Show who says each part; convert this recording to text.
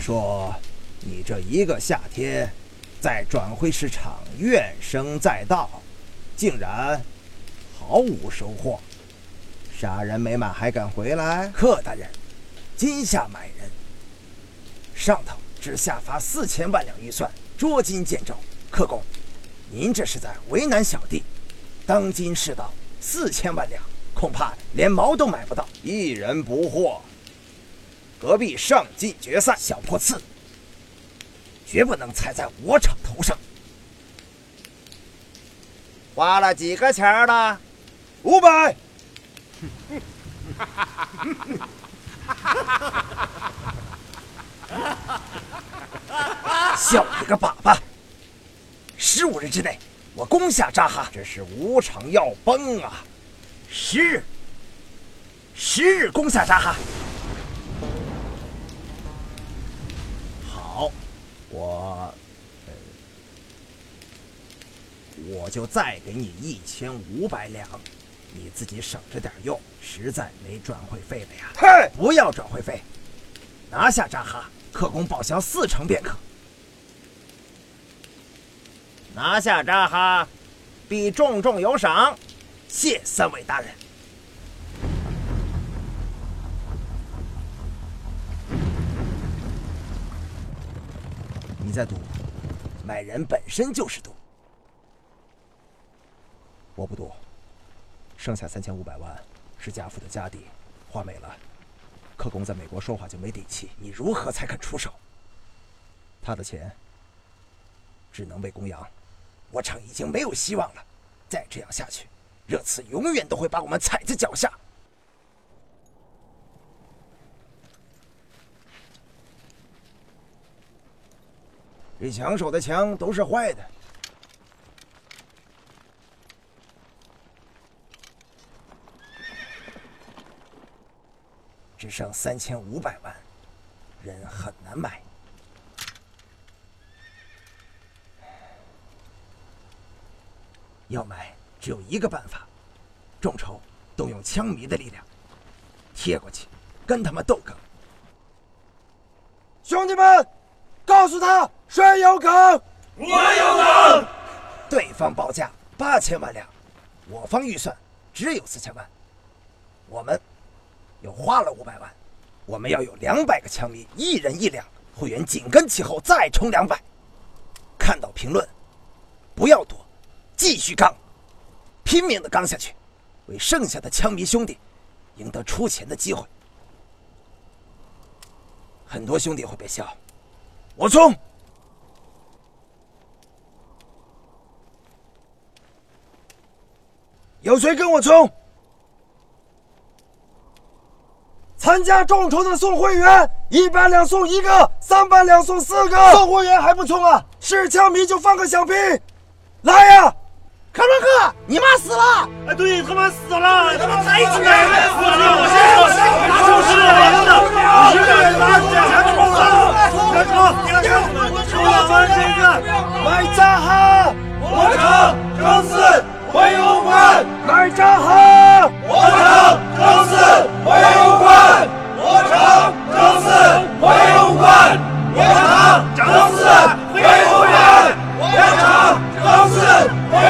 Speaker 1: 说，你这一个夏天，在转会市场怨声载道，竟然毫无收获。杀人没满还敢回来？
Speaker 2: 克大人，今夏买人，上头只下发四千万两预算，捉襟见肘。克公，您这是在为难小弟。当今世道，四千万两恐怕连毛都买不到。
Speaker 1: 一人不惑，隔壁上进决赛，
Speaker 2: 小破刺，绝不能踩在我场头上。
Speaker 3: 花了几个钱儿了？
Speaker 1: 五百。
Speaker 2: 笑你个粑粑！十五日之内，我攻下扎哈。
Speaker 1: 这是无常要崩啊！
Speaker 2: 十日，十日攻下扎哈。
Speaker 1: 好，我，呃，我就再给你一千五百两。你自己省着点用，实在没转会费了呀！
Speaker 2: 嘿，不要转会费，拿下扎哈，克工报销四成便可。
Speaker 3: 拿下扎哈，必重重有赏。
Speaker 2: 谢三位大人。
Speaker 1: 你在赌，
Speaker 2: 买人本身就是赌。
Speaker 1: 我不赌。剩下三千五百万是家父的家底，花没了。克公在美国说话就没底气，
Speaker 2: 你如何才肯出手？
Speaker 1: 他的钱只能喂公羊，
Speaker 2: 我厂已经没有希望了。再这样下去，热刺永远都会把我们踩在脚下。
Speaker 1: 这抢手的枪都是坏的。
Speaker 2: 只剩三千五百万，人很难买。要买只有一个办法：众筹，动用枪迷的力量，贴过去，跟他们斗梗。
Speaker 4: 兄弟们，告诉他谁有梗，
Speaker 5: 我有梗。
Speaker 2: 对方报价八千万两，我方预算只有四千万，我们。又花了五百万，我们要有两百个枪迷，一人一两，会员紧跟其后再充两百。看到评论，不要躲，继续刚，拼命的刚下去，为剩下的枪迷兄弟赢得出钱的机会。很多兄弟会被笑，我冲！
Speaker 4: 有谁跟我冲？参加众筹的送会员，一百两送一个，三百两送四个。送会员还不冲啊？是枪迷就放个响屁！来呀！
Speaker 3: 克伦克，你妈死了！
Speaker 5: 哎，对他妈死了！
Speaker 3: 他妈太
Speaker 5: 惨了！我先拿手撕了！你们拿拿冲了！拿冲！冲我们这个
Speaker 4: 来扎哈！
Speaker 5: 我城城四回龙观！
Speaker 4: 来扎哈！
Speaker 5: 我城城四回龙观！我城城四回龙观，我城城四回龙观，我城城四。